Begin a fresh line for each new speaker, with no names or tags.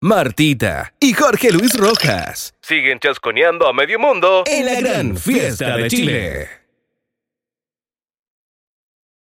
Martita y Jorge Luis Rojas siguen chasconeando a medio mundo
En la gran
fiesta de Chile.